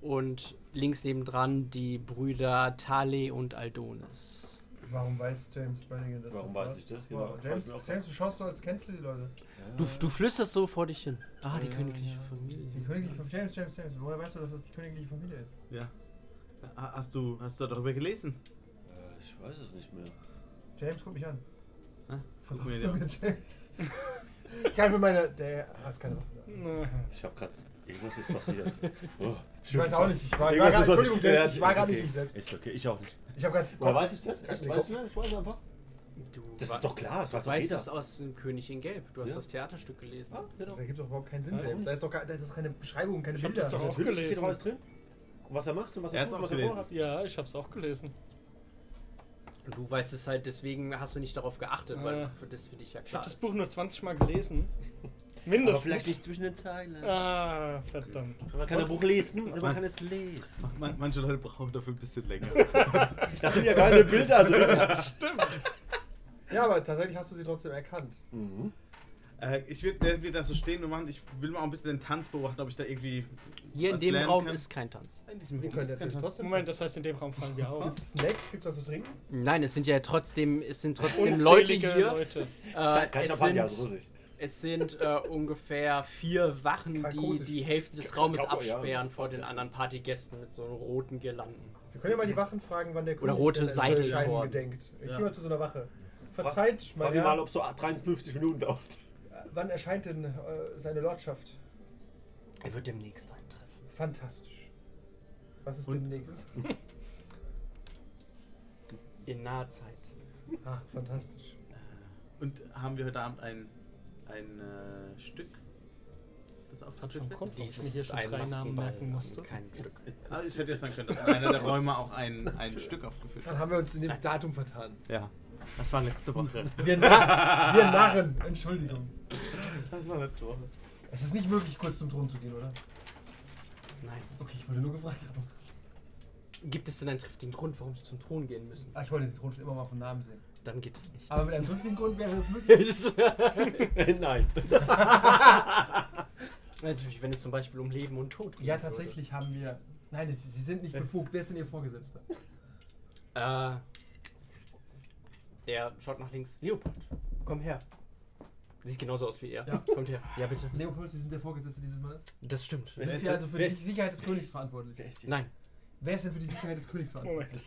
Speaker 2: und links nebendran die Brüder Tale und Aldonis.
Speaker 4: Warum weiß James Brannigan das?
Speaker 6: Warum
Speaker 4: sofort?
Speaker 6: weiß ich das? Genau,
Speaker 4: Wow.
Speaker 6: ich weiß mir auch
Speaker 4: James, James, du schaust so, als kennst du die Leute.
Speaker 2: Du, du flüsterst so vor dich hin. Ah, die
Speaker 7: Ja,
Speaker 2: königliche
Speaker 7: ja.
Speaker 2: Familie.
Speaker 4: Die königliche Familie. James, James, James. Woher weißt du, dass das die königliche Familie ist?
Speaker 7: Ja. Ha- Hast du, hast du darüber gelesen?
Speaker 6: Äh, Ich weiß es nicht mehr.
Speaker 4: James, guck mich an.
Speaker 7: Hä? Guck mir
Speaker 4: Vertraust
Speaker 7: die
Speaker 4: du
Speaker 7: an.
Speaker 4: mir, James? Ich kann mir meine. Der hast keine Waffen.
Speaker 6: Ich habe gerade. Irgendwas ist passiert. Oh,
Speaker 4: Ich weiß auch nicht. Ich war, ich war
Speaker 6: Irgendwas
Speaker 4: grad,
Speaker 6: ist
Speaker 4: Entschuldigung,
Speaker 6: passiert.
Speaker 4: James, ich war
Speaker 6: ist
Speaker 4: gerade
Speaker 6: okay.
Speaker 4: nicht ich selbst.
Speaker 6: Ist okay, ich auch nicht.
Speaker 4: Ich habe gerade.
Speaker 6: Oder weiß ich das?
Speaker 4: Kannst du
Speaker 6: Weiß
Speaker 4: den
Speaker 6: ich ich weiß einfach.
Speaker 2: Du
Speaker 6: Das
Speaker 2: wei-
Speaker 6: ist doch klar, das
Speaker 2: Du
Speaker 6: war doch
Speaker 2: weißt
Speaker 6: jeder.
Speaker 2: es aus dem König in Gelb. Du hast
Speaker 6: Ja.
Speaker 2: das Theaterstück gelesen.
Speaker 6: Ah, genau.
Speaker 4: Das ergibt doch überhaupt keinen Sinn,
Speaker 3: Nein,
Speaker 4: James. Da ist doch gar, da ist doch keine Beschreibung, keine
Speaker 3: Ich hab
Speaker 4: Bilder.
Speaker 3: das doch auch
Speaker 6: Natürlich steht
Speaker 3: gelesen.
Speaker 6: doch alles drin. Und was er macht und was er,
Speaker 7: Er
Speaker 6: tut
Speaker 7: hat's
Speaker 6: und was
Speaker 7: auch
Speaker 6: er
Speaker 7: gelesen.
Speaker 6: vorhat.
Speaker 3: Ja, ich hab's auch gelesen.
Speaker 2: Und du weißt es halt, deswegen hast du nicht darauf geachtet, weil
Speaker 3: Ja.
Speaker 2: für das für dich ja
Speaker 3: Ich hab
Speaker 2: klar
Speaker 3: das
Speaker 2: ist.
Speaker 3: Buch nur 20 Mal gelesen.
Speaker 6: Aber vielleicht
Speaker 3: Mindestens.
Speaker 6: nicht zwischen den Zeilen.
Speaker 3: Ah, verdammt.
Speaker 6: Man kann das Buch lesen, und man
Speaker 7: Man-
Speaker 6: kann es lesen.
Speaker 7: Man, manche Leute brauchen dafür ein bisschen länger.
Speaker 6: Da sind ja geile Bilder also. drin.
Speaker 4: Ja, aber tatsächlich hast du sie trotzdem erkannt.
Speaker 6: mhm.
Speaker 7: äh, ich werde da so stehen und machen. Ich will mal auch ein bisschen den Tanz beobachten, ob ich da irgendwie.
Speaker 2: Hier in
Speaker 7: was
Speaker 2: dem
Speaker 7: lernen
Speaker 2: Raum
Speaker 7: kann.
Speaker 2: ist kein Tanz.
Speaker 7: In diesem
Speaker 4: Wir
Speaker 7: Raum
Speaker 4: können
Speaker 7: ist kein
Speaker 4: natürlich
Speaker 7: Tanz.
Speaker 4: trotzdem.
Speaker 3: Moment, das heißt, in dem Raum fallen wir auf.
Speaker 4: Gibt's Snacks? Gibt's was zu trinken?
Speaker 2: Nein, es sind ja trotzdem, es sind trotzdem Leute
Speaker 3: Unzählige
Speaker 2: hier.
Speaker 3: Leute.
Speaker 2: Äh,
Speaker 6: Kein
Speaker 2: es
Speaker 6: Champagner,
Speaker 2: sind,
Speaker 6: so ist ich.
Speaker 2: Es sind äh, ungefähr vier Wachen, die
Speaker 4: Kalkosisch.
Speaker 2: die Hälfte des Raumes
Speaker 6: glaub, ja,
Speaker 2: absperren vor
Speaker 6: passt
Speaker 2: den
Speaker 6: ja.
Speaker 2: anderen Partygästen mit so roten Girlanden.
Speaker 4: Wir können ja mal die Wachen fragen, wann der
Speaker 2: Oder rote
Speaker 4: denn an
Speaker 2: Seide
Speaker 4: solche Scheinen
Speaker 2: geworden.
Speaker 4: gedenkt. Ich
Speaker 3: Ja.
Speaker 4: gehe mal zu so einer Wache. Verzeiht,
Speaker 6: Frag
Speaker 4: mein
Speaker 6: ihn mal,
Speaker 4: Herr,
Speaker 6: ob so 53 Minuten dauert.
Speaker 4: wann erscheint denn äh, seine Lordschaft?
Speaker 2: Er wird demnächst eintreffen.
Speaker 4: Fantastisch. Was ist
Speaker 6: Und-
Speaker 4: demnächst?
Speaker 2: In naher Zeit.
Speaker 4: Ah, fantastisch.
Speaker 7: Und haben wir heute Abend ein, ein äh, Stück? Das
Speaker 3: Das hat schon
Speaker 7: aufgeführt
Speaker 3: Grund,
Speaker 7: wird?
Speaker 3: dass ich mir hier schon drei Namen
Speaker 2: Maskenball
Speaker 3: merken musste.
Speaker 2: an Kein Stück.
Speaker 7: Ah, ich hätte ja sagen können, dass in einer der Räume auch ein, ein Stück aufgeführt
Speaker 4: Dann
Speaker 7: wird.
Speaker 4: haben wir uns in dem Datum vertan.
Speaker 7: Ja, das war letzte Woche.
Speaker 4: Wir, Na wir Narren, Entschuldigung.
Speaker 7: Das war letzte Woche.
Speaker 4: Es ist nicht möglich, kurz zum Thron zu gehen, oder?
Speaker 2: Nein.
Speaker 4: Okay, ich wollte nur gefragt haben.
Speaker 2: Gibt es denn einen triftigen Grund, warum sie zum Thron gehen müssen?
Speaker 4: Ah, ich wollte den Thron schon immer mal vom Namen sehen.
Speaker 2: Dann geht es nicht.
Speaker 4: Aber mit einem triftigen Grund wäre das möglich.
Speaker 6: Nein.
Speaker 2: Natürlich, wenn es zum Beispiel um Leben und Tod geht.
Speaker 4: Ja, tatsächlich haben wir. Nein, es, sie sind nicht befugt. Wer ist denn ihr Vorgesetzter?
Speaker 2: Äh, er schaut nach links. Leopold, komm her. Sieht genauso aus wie er.
Speaker 4: Ja.
Speaker 2: Kommt her. Ja, bitte.
Speaker 4: Leopold, Sie sind der Vorgesetzte dieses Mannes?
Speaker 2: Das stimmt.
Speaker 6: Wer
Speaker 4: Sind
Speaker 6: ist
Speaker 4: Sie
Speaker 6: denn-
Speaker 4: also für die
Speaker 6: wer ist-
Speaker 4: Sicherheit des Königs verantwortlich?
Speaker 6: Wer ist die?
Speaker 2: Nein,
Speaker 4: Wer ist denn für die Sicherheit des Königs verantwortlich?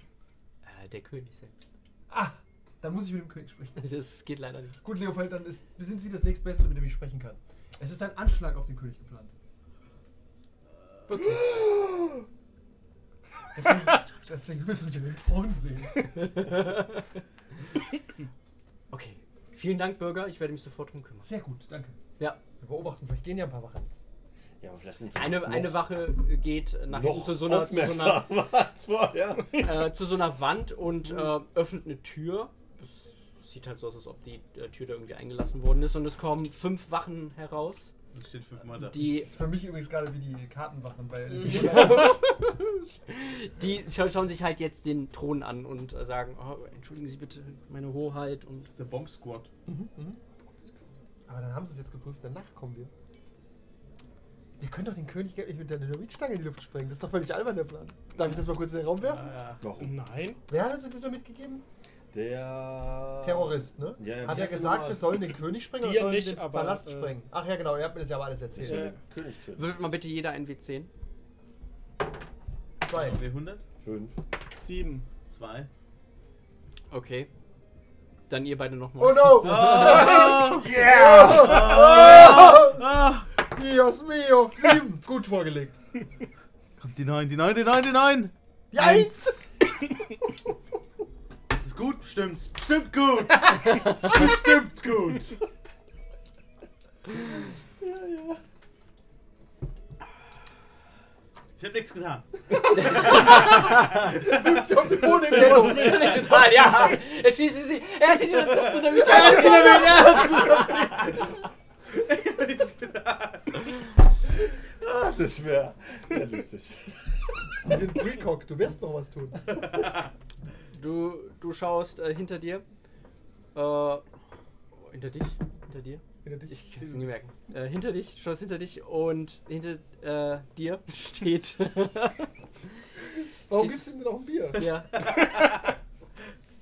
Speaker 3: Moment.
Speaker 2: äh, der König selbst.
Speaker 4: Ah, dann muss ich mit dem König sprechen.
Speaker 2: Das geht leider nicht.
Speaker 4: Gut, Leopold, dann ist, sind Sie das nächstbeste, mit dem ich sprechen kann. Es ist ein Anschlag auf den König geplant.
Speaker 2: Wirklich.
Speaker 4: Deswegen, deswegen müssen wir den Thron sehen.
Speaker 2: Okay. Vielen Dank, Bürger. Ich werde mich sofort drum kümmern.
Speaker 4: Sehr gut, danke.
Speaker 2: Ja.
Speaker 4: Wir beobachten, vielleicht gehen ja ein paar Wachen jetzt.
Speaker 6: Ja, aber vielleicht sind sie
Speaker 2: Eine,
Speaker 6: jetzt
Speaker 2: eine
Speaker 6: noch-
Speaker 2: Wache geht nach hinten
Speaker 6: noch
Speaker 2: zu so einer, zu so einer
Speaker 6: aufmerksamer als vorher.
Speaker 2: äh, zu so einer Wand und äh, öffnet eine Tür. Das sieht halt so aus, als ob die äh, Tür da irgendwie eingelassen worden ist. Und es kommen fünf Wachen heraus,
Speaker 7: Das steht fünfmal da.
Speaker 4: Das
Speaker 2: die,
Speaker 4: ist für mich übrigens gerade wie die Kartenwachen, weil
Speaker 2: die scha schauen sich halt jetzt den Thron an und äh, sagen, oh, entschuldigen Sie bitte meine Hoheit. Und
Speaker 7: Das ist der Bomb Squad.
Speaker 4: Aber dann haben sie es jetzt geprüft, danach kommen wir. Wir können doch den König gar nicht mit der Dynamitstange in die Luft sprengen. Das ist doch völlig albern, der Plan. Darf ich das mal kurz in den Raum werfen?
Speaker 6: Warum?
Speaker 3: Nein.
Speaker 4: Wer hat uns den Dynamit gegeben?
Speaker 6: Der
Speaker 4: Terrorist, ne?
Speaker 6: Ja,
Speaker 4: hat er
Speaker 6: ja, wie heißt der
Speaker 4: gesagt,
Speaker 6: nochmal?
Speaker 4: wir sollen den König
Speaker 3: Dir
Speaker 4: sprengen oder sollen
Speaker 3: nicht,
Speaker 4: den
Speaker 3: aber,
Speaker 4: Palast
Speaker 3: äh,
Speaker 4: sprengen? Ach ja, genau, ihr habt mir das ja aber alles
Speaker 6: Ich soll
Speaker 4: erzählt.
Speaker 6: den Äh, König töten.
Speaker 2: würfelt mal bitte jeder ein W10.
Speaker 4: Zwei.
Speaker 7: W100?
Speaker 6: Fünf.
Speaker 3: Sieben.
Speaker 7: 2.
Speaker 2: Okay. Dann ihr beide nochmal.
Speaker 4: Oh no!
Speaker 7: Yeah! Ah!
Speaker 4: Dios mio! Sieben! Gut vorgelegt.
Speaker 7: Kommt die 9, die 9, die 9, die 9!
Speaker 4: Die Eins!
Speaker 7: Das ist gut, bestimmt. Bestimmt gut! Das ist bestimmt gut! Ich hab nichts getan.
Speaker 4: Sie auf den Boden hingelegt.
Speaker 2: Total, ja! Er schießt sie. Er hat die das Dynamit.
Speaker 7: Ich hab nichts getan.
Speaker 6: Ah, das wäre wär lustig.
Speaker 4: Die sind Precock, du wirst noch was tun.
Speaker 2: Du, du schaust äh, hinter dir. Äh, hinter dich? Hinter dir?
Speaker 4: Hinter dich.
Speaker 2: Ich kann es nie merken. Äh, hinter dich, du schaust hinter dich und hinter äh, dir steht.
Speaker 4: Warum
Speaker 2: Steht- Also
Speaker 4: gibst du ihm denn noch ein Bier?
Speaker 2: ja,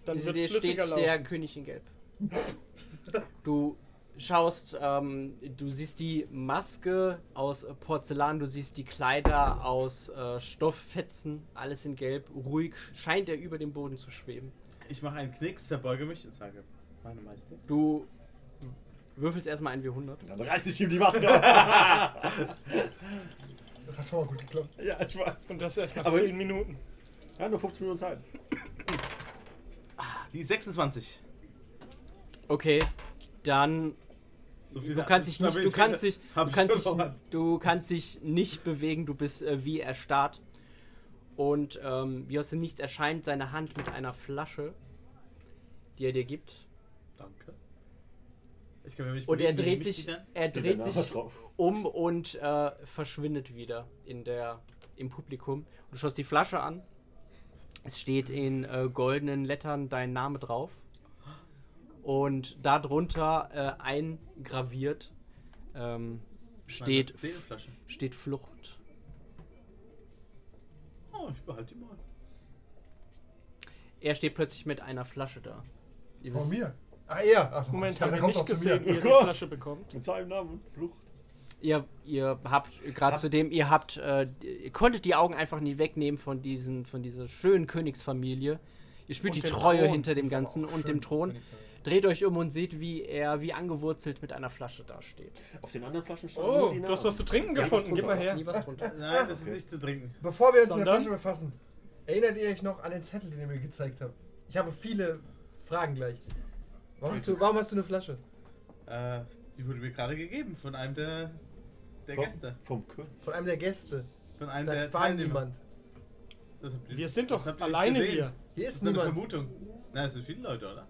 Speaker 3: Dann
Speaker 2: hinter
Speaker 3: wird
Speaker 2: dir
Speaker 3: es
Speaker 2: steht
Speaker 3: flüssiger
Speaker 2: der
Speaker 3: laufen.
Speaker 2: König in Gelb. Du schaust, ähm, du siehst die Maske aus äh, Porzellan, du siehst die Kleider aus äh, Stofffetzen, alles in Gelb. Ruhig scheint er über dem Boden zu schweben.
Speaker 7: Ich mache einen Knicks, verbeuge mich und sage: Meine Meister.
Speaker 2: Du würfelst erstmal ein W100.
Speaker 6: Dann reiß ich ihm die Maske ab.
Speaker 4: Das hat schon mal gut geklappt.
Speaker 6: ja, ich weiß.
Speaker 3: Und das erst nach
Speaker 6: Aber
Speaker 3: zehn
Speaker 6: ich- Oh,
Speaker 3: Minuten.
Speaker 6: Ja, nur 15 Minuten Zeit.
Speaker 7: Die 26.
Speaker 2: Okay, dann
Speaker 7: So viel
Speaker 2: du kannst dich nicht, du kannst dich,
Speaker 7: Hab
Speaker 2: du kannst
Speaker 7: ich
Speaker 2: dich,
Speaker 7: verloren.
Speaker 2: du kannst dich nicht bewegen. Du bist äh, wie erstarrt. Und ähm, wie aus dem Nichts erscheint seine Hand mit einer Flasche, die er dir gibt.
Speaker 7: Danke. Ich kann mir nicht
Speaker 2: Und er
Speaker 7: bewegen,
Speaker 2: dreht
Speaker 7: bewege mich
Speaker 2: sich,
Speaker 7: nicht an.
Speaker 2: er
Speaker 6: Steht
Speaker 2: dreht
Speaker 6: der Name
Speaker 2: sich
Speaker 6: drauf.
Speaker 2: um und äh, verschwindet wieder in der, im Publikum. Du schaust die Flasche an. Es steht in äh, goldenen Lettern dein Name drauf. Und darunter äh, eingraviert ähm, steht,
Speaker 7: Meine Seelenflasche.
Speaker 2: steht Flucht.
Speaker 7: Oh, ich behalte die mal.
Speaker 2: Er steht plötzlich mit einer Flasche da. Ihr
Speaker 4: Vor
Speaker 2: wisst-
Speaker 4: mir. Ach, er. Ach,
Speaker 3: Moment,
Speaker 4: hab
Speaker 3: habe ich nicht gesehen, wie er die
Speaker 6: Oh Gott.
Speaker 3: Flasche bekommt.
Speaker 6: Mit seinem Namen, Flucht.
Speaker 2: Ihr, ihr habt gerade zu dem, ihr habt, äh, ihr konntet die Augen einfach nie wegnehmen von diesen, von dieser schönen Königsfamilie. Ihr spürt
Speaker 3: Und
Speaker 2: die
Speaker 3: den
Speaker 2: Treue
Speaker 3: Thron.
Speaker 2: hinter dem
Speaker 4: Ist aber
Speaker 2: Ganzen
Speaker 4: auch
Speaker 2: und
Speaker 4: schön,
Speaker 2: dem Thron.
Speaker 4: wenn ich so-
Speaker 2: Dreht euch um und seht, wie er wie angewurzelt mit einer Flasche dasteht.
Speaker 6: Auf den anderen Flaschen stand nur
Speaker 3: Oh,
Speaker 6: die
Speaker 3: du
Speaker 6: Namen.
Speaker 3: hast was zu trinken
Speaker 6: Ja,
Speaker 3: gefunden,
Speaker 6: was
Speaker 3: gib mal
Speaker 6: drunter.
Speaker 3: her.
Speaker 2: Nie was drunter.
Speaker 7: Nein, das ist
Speaker 6: Okay.
Speaker 7: nicht zu trinken.
Speaker 4: Bevor wir uns mit der
Speaker 3: Sondern?
Speaker 4: Flasche befassen, erinnert ihr euch noch an den Zettel, den ihr mir gezeigt habt? Ich habe viele Fragen gleich. Warum hast du, warum hast du eine Flasche?
Speaker 7: Äh, die wurde mir gerade gegeben von einem der, der
Speaker 6: Vom-
Speaker 7: Gäste.
Speaker 6: Vom König.
Speaker 4: Von einem der Gäste.
Speaker 7: Von einem der
Speaker 4: Da war
Speaker 7: Teilnehmer.
Speaker 4: niemand.
Speaker 7: Das habt ihr-
Speaker 3: Wir sind
Speaker 7: das
Speaker 3: doch
Speaker 7: habt ihr nicht
Speaker 3: alleine
Speaker 7: gesehen.
Speaker 3: hier.
Speaker 4: Hier
Speaker 7: Das
Speaker 4: ist
Speaker 7: ist nur eine
Speaker 4: niemand.
Speaker 7: Vermutung. Nein, es sind viele Leute, oder?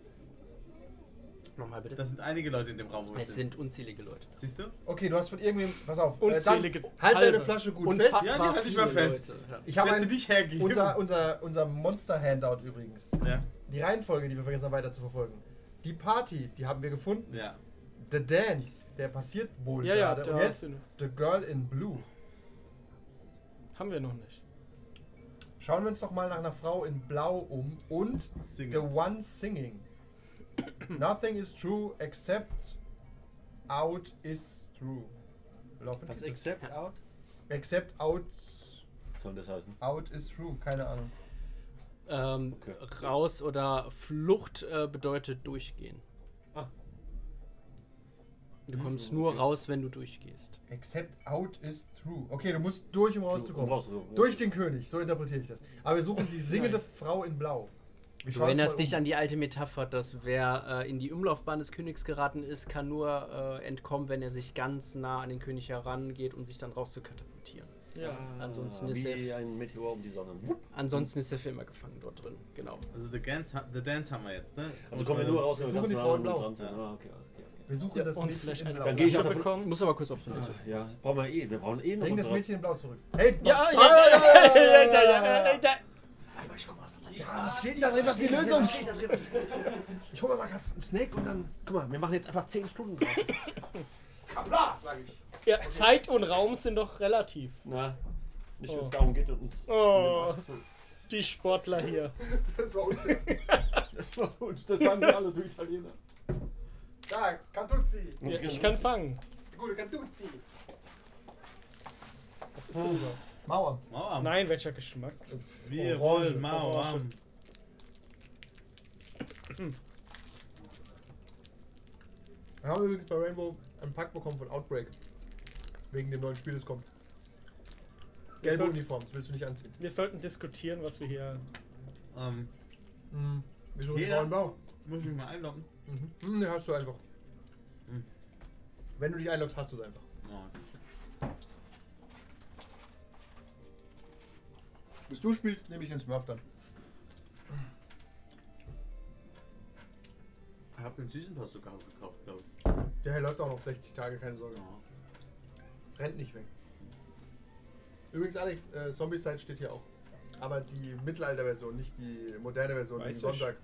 Speaker 2: Nochmal bitte.
Speaker 7: Das sind einige Leute in dem Raum, wo wir
Speaker 2: es
Speaker 7: sind.
Speaker 2: sind unzählige Leute.
Speaker 7: Siehst du?
Speaker 4: Okay, du hast von irgendwem. Pass auf. äh,
Speaker 3: Unzählige
Speaker 4: dann, halt deine
Speaker 3: halbe.
Speaker 4: Flasche gut
Speaker 2: Unfassbar
Speaker 4: fest.
Speaker 7: Ja, die halte ich mal
Speaker 2: viele
Speaker 7: fest.
Speaker 2: Leute. Ja.
Speaker 4: Ich habe
Speaker 7: werd sie
Speaker 4: ein,
Speaker 7: nicht hergeben.
Speaker 4: unser, unser, unser Monster-Handout übrigens.
Speaker 7: ja,
Speaker 4: Die Reihenfolge, die wir vergessen haben, weiter zu verfolgen. Die Party, die haben wir gefunden.
Speaker 7: ja.
Speaker 4: The Dance, der passiert wohl
Speaker 3: Ja, ja,
Speaker 4: gerade.
Speaker 3: da
Speaker 4: Und
Speaker 3: jetzt
Speaker 4: jetzt The Girl in Blue.
Speaker 3: haben wir noch nicht.
Speaker 4: Schauen wir uns doch mal nach einer Frau in Blau um und
Speaker 7: Singen.
Speaker 4: The One Singing. Nothing is true except out is true. Laufen
Speaker 6: Was
Speaker 4: diese-
Speaker 6: accept out?
Speaker 4: except out,
Speaker 6: Was soll das heißen?
Speaker 4: out is true, keine Ahnung.
Speaker 2: Ähm,
Speaker 6: Okay.
Speaker 2: Raus oder Flucht äh, bedeutet durchgehen.
Speaker 6: Ah.
Speaker 2: Du kommst nur raus, wenn du durchgehst.
Speaker 4: Except out is true. Okay, du musst durch, um rauszukommen.
Speaker 6: um rauszukommen.
Speaker 4: Durch den König, so interpretiere ich das. Aber wir suchen die singende Frau in Blau. Wir
Speaker 2: Du
Speaker 4: schauen uns
Speaker 2: erinnerst
Speaker 4: mal
Speaker 2: dich
Speaker 4: um.
Speaker 2: an die alte Metapher, dass wer äh, in die Umlaufbahn des Königs geraten ist, kann nur äh, entkommen, wenn er sich ganz nah an den König herangeht, um sich dann rauszukatapultieren.
Speaker 3: Ja.
Speaker 2: Ansonsten
Speaker 6: Ah,
Speaker 2: ist
Speaker 6: Wie
Speaker 2: er-
Speaker 6: ein Meteor um die Sonne. Wupp.
Speaker 2: Ansonsten ist der Film immer gefangen dort drin. Genau.
Speaker 7: Also The Dance, ha- the dance haben wir jetzt, ne?
Speaker 6: Also kommen wir nur raus,
Speaker 4: Wir
Speaker 6: wenn
Speaker 4: suchen
Speaker 6: wir ganz
Speaker 4: die
Speaker 6: nah
Speaker 4: Frau in
Speaker 6: dran
Speaker 4: Blau.
Speaker 6: dran sind.
Speaker 7: Ja.
Speaker 6: Ah, okay, alles klar. okay.
Speaker 4: Wir suchen das
Speaker 3: Und
Speaker 4: Mädchen
Speaker 3: vielleicht
Speaker 4: in
Speaker 3: eine
Speaker 4: Blau.
Speaker 6: Dann geh ich
Speaker 3: Flasche
Speaker 6: auf der Fl-
Speaker 3: bekommen.
Speaker 2: Muss aber kurz auf die Seite.
Speaker 6: Ja, brauchen wir eh. Wir brauchen eh noch
Speaker 4: Bring das
Speaker 6: unsere-
Speaker 4: Mädchen in Blau zurück. Hey,
Speaker 2: Ja, ja, ja,
Speaker 4: doch,
Speaker 2: ja, ja, ja, ja, ja,
Speaker 4: ja.
Speaker 2: ja.
Speaker 4: Ja, was steht denn da drin? Was ist die Lösung? Ich hole mir mal ganz einen Snack und dann.
Speaker 6: Guck mal, wir machen jetzt einfach 10 Stunden drauf.
Speaker 4: Kabla, sag ich.
Speaker 3: Ja, Zeit und Raum sind doch relativ.
Speaker 6: Na, nicht, wenn es
Speaker 3: Oh.
Speaker 6: darum geht und uns.
Speaker 3: Oh.
Speaker 6: und den Arsch zu-
Speaker 3: Die Sportler hier.
Speaker 4: Das war unfair.
Speaker 6: Und das sagen wir alle, du Italiener.
Speaker 4: Da, Cantuzzi.
Speaker 3: Ja, ich kann fangen.
Speaker 4: Die Gute Cantuzzi.
Speaker 3: Was ist das überhaupt?
Speaker 4: Mauer.
Speaker 7: Mauer.
Speaker 3: Nein, welcher Geschmack?
Speaker 4: Orange,
Speaker 7: Wir rollen Mauer.
Speaker 3: Orange.
Speaker 4: Wir haben übrigens bei Rainbow einen Pack bekommen von Outbreak. Wegen dem neuen Spiel, das kommt.
Speaker 3: Wir,
Speaker 4: Gelbe
Speaker 3: sollten-
Speaker 4: Uniform, das willst du nicht anziehen.
Speaker 3: wir sollten diskutieren, was wir hier.
Speaker 7: Ähm,
Speaker 4: Mhm. Wieso
Speaker 7: Jeder-
Speaker 4: Uniform Blau?
Speaker 7: muss ich mich mal einloggen?
Speaker 4: Mhm. Mhm, nee, hast du einfach.
Speaker 7: Mhm.
Speaker 4: Wenn du dich einloggst, hast du es einfach.
Speaker 7: Oh,
Speaker 4: Bis du spielst, nehme ich den Smurf dann.
Speaker 7: ich hab den Season Pass sogar gekauft, glaube ich.
Speaker 4: Der läuft auch noch 60 Tage, keine Sorge.
Speaker 7: Ja.
Speaker 4: Rennt nicht weg. Übrigens, Alex, äh, Zombicide steht hier auch. Aber die Mittelalter-Version, nicht die moderne Version,
Speaker 3: Weiß
Speaker 4: die
Speaker 3: ich.
Speaker 4: Sonntag.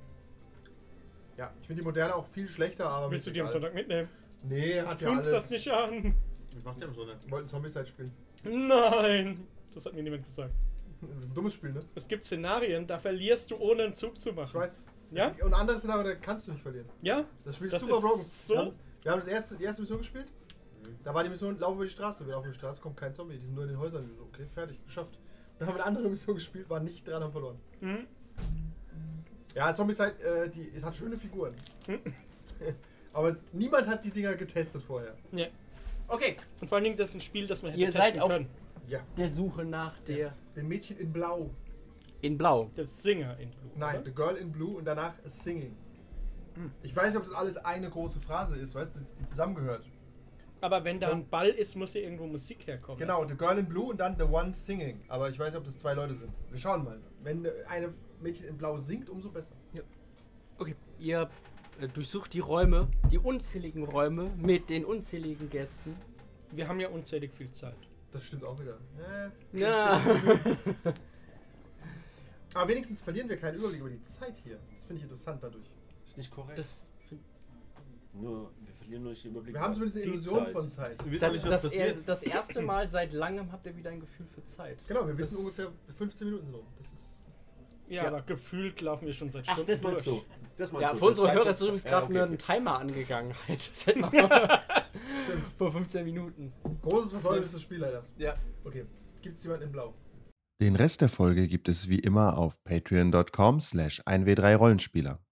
Speaker 4: Ja, ich finde die moderne auch viel schlechter, aber.
Speaker 3: Willst du
Speaker 4: mir
Speaker 3: die am
Speaker 4: ist egal.
Speaker 3: Sonntag mitnehmen?
Speaker 4: Nee, hat ja
Speaker 3: Tu uns
Speaker 4: alles.
Speaker 3: das nicht an.
Speaker 7: Was macht der am Sonntag?
Speaker 4: Wir wollten Zombicide spielen.
Speaker 3: Nein. Das hat mir niemand gesagt.
Speaker 4: Das ist ein dummes Spiel, ne?
Speaker 3: Es gibt Szenarien, da verlierst du ohne einen Zug zu
Speaker 4: Ich
Speaker 3: machen.
Speaker 4: weiß.
Speaker 3: Ja?
Speaker 4: Das, und anderes Szenario, da kannst du nicht verlieren.
Speaker 3: Ja?
Speaker 4: Das Spiel ist
Speaker 3: Das
Speaker 4: super
Speaker 3: ist
Speaker 4: broken.
Speaker 3: so-
Speaker 4: Wir haben, wir haben das erste, die erste Mission gespielt. Da war die Mission, lauf über die Straße. Wir laufen über die Straße, kommt kein Zombie. Die sind nur in den Häusern. Wir so, okay, fertig, geschafft. Dann haben wir eine andere Mission gespielt, waren nicht dran, haben verloren.
Speaker 3: Hm?
Speaker 4: Ja, Zombicide, äh, die, es hat schöne Figuren. Hm. Aber niemand hat die Dinger getestet vorher.
Speaker 3: Nee.
Speaker 2: Okay.
Speaker 3: Und vor allen Dingen, das ist ein Spiel, das man hätte
Speaker 2: Ihr
Speaker 3: testen
Speaker 2: seid auf-
Speaker 3: können.
Speaker 4: Ja.
Speaker 2: Der Suche nach der.
Speaker 4: Den Mädchen in Blau.
Speaker 2: In Blau.
Speaker 3: Das Singer in Blue.
Speaker 4: Nein, The
Speaker 3: Oder?
Speaker 4: Girl in Blue und danach Singing. Ich weiß nicht, ob das alles eine große Phrase ist, weißt du, die zusammengehört.
Speaker 3: Aber wenn da
Speaker 4: Dann-
Speaker 3: ein Ball ist, muss hier irgendwo Musik herkommen.
Speaker 4: Genau,
Speaker 3: Also,
Speaker 4: The Girl in Blue und dann The One Singing. Aber ich weiß nicht, ob das zwei Leute sind. Wir schauen mal. Wenn eine Mädchen in Blau singt, umso besser.
Speaker 2: Okay. Ihr äh, durchsucht die Räume, die unzähligen Räume mit den unzähligen Gästen.
Speaker 3: wir haben ja unzählig viel Zeit.
Speaker 4: Das stimmt auch wieder. Äh.
Speaker 2: Ja.
Speaker 4: Aber wenigstens verlieren wir keinen Überblick über die Zeit hier. Das finde ich interessant dadurch.
Speaker 6: Ist nicht korrekt.
Speaker 2: Das,
Speaker 6: nur, wir verlieren nur nicht den Überblick.
Speaker 4: Wir haben
Speaker 6: über
Speaker 4: zumindest eine
Speaker 6: die
Speaker 4: Illusion
Speaker 6: Zeit.
Speaker 4: von Zeit.
Speaker 7: Wir wissen
Speaker 2: das,
Speaker 7: nicht,
Speaker 2: das,
Speaker 7: was
Speaker 2: er,
Speaker 7: passiert.
Speaker 2: das erste Mal seit langem habt ihr wieder ein Gefühl für Zeit.
Speaker 4: Genau, wir wissen
Speaker 2: Das-
Speaker 4: ungefähr 15 Minuten sind rum. Das ist
Speaker 3: Ja,
Speaker 6: Ja.
Speaker 3: aber gefühlt laufen wir schon seit
Speaker 6: Ach,
Speaker 3: Stunden
Speaker 6: das meinst
Speaker 3: durch.
Speaker 6: du. Das meinst
Speaker 2: Ja,
Speaker 6: du.
Speaker 2: für unsere
Speaker 6: Das
Speaker 2: Hörer
Speaker 6: zeigt-
Speaker 2: ist übrigens
Speaker 6: Ja,
Speaker 2: gerade
Speaker 6: okay,
Speaker 2: ein
Speaker 6: okay.
Speaker 2: Timer angegangen. Halt. Das hätten wir mal vor 15 Minuten.
Speaker 4: Großes Versäumnis des Spielleiters.
Speaker 2: Ja.
Speaker 4: Okay. Gibt's jemanden in Blau?
Speaker 8: Den Rest der Folge gibt es wie immer auf patreon.com slash 1w3rollenspieler.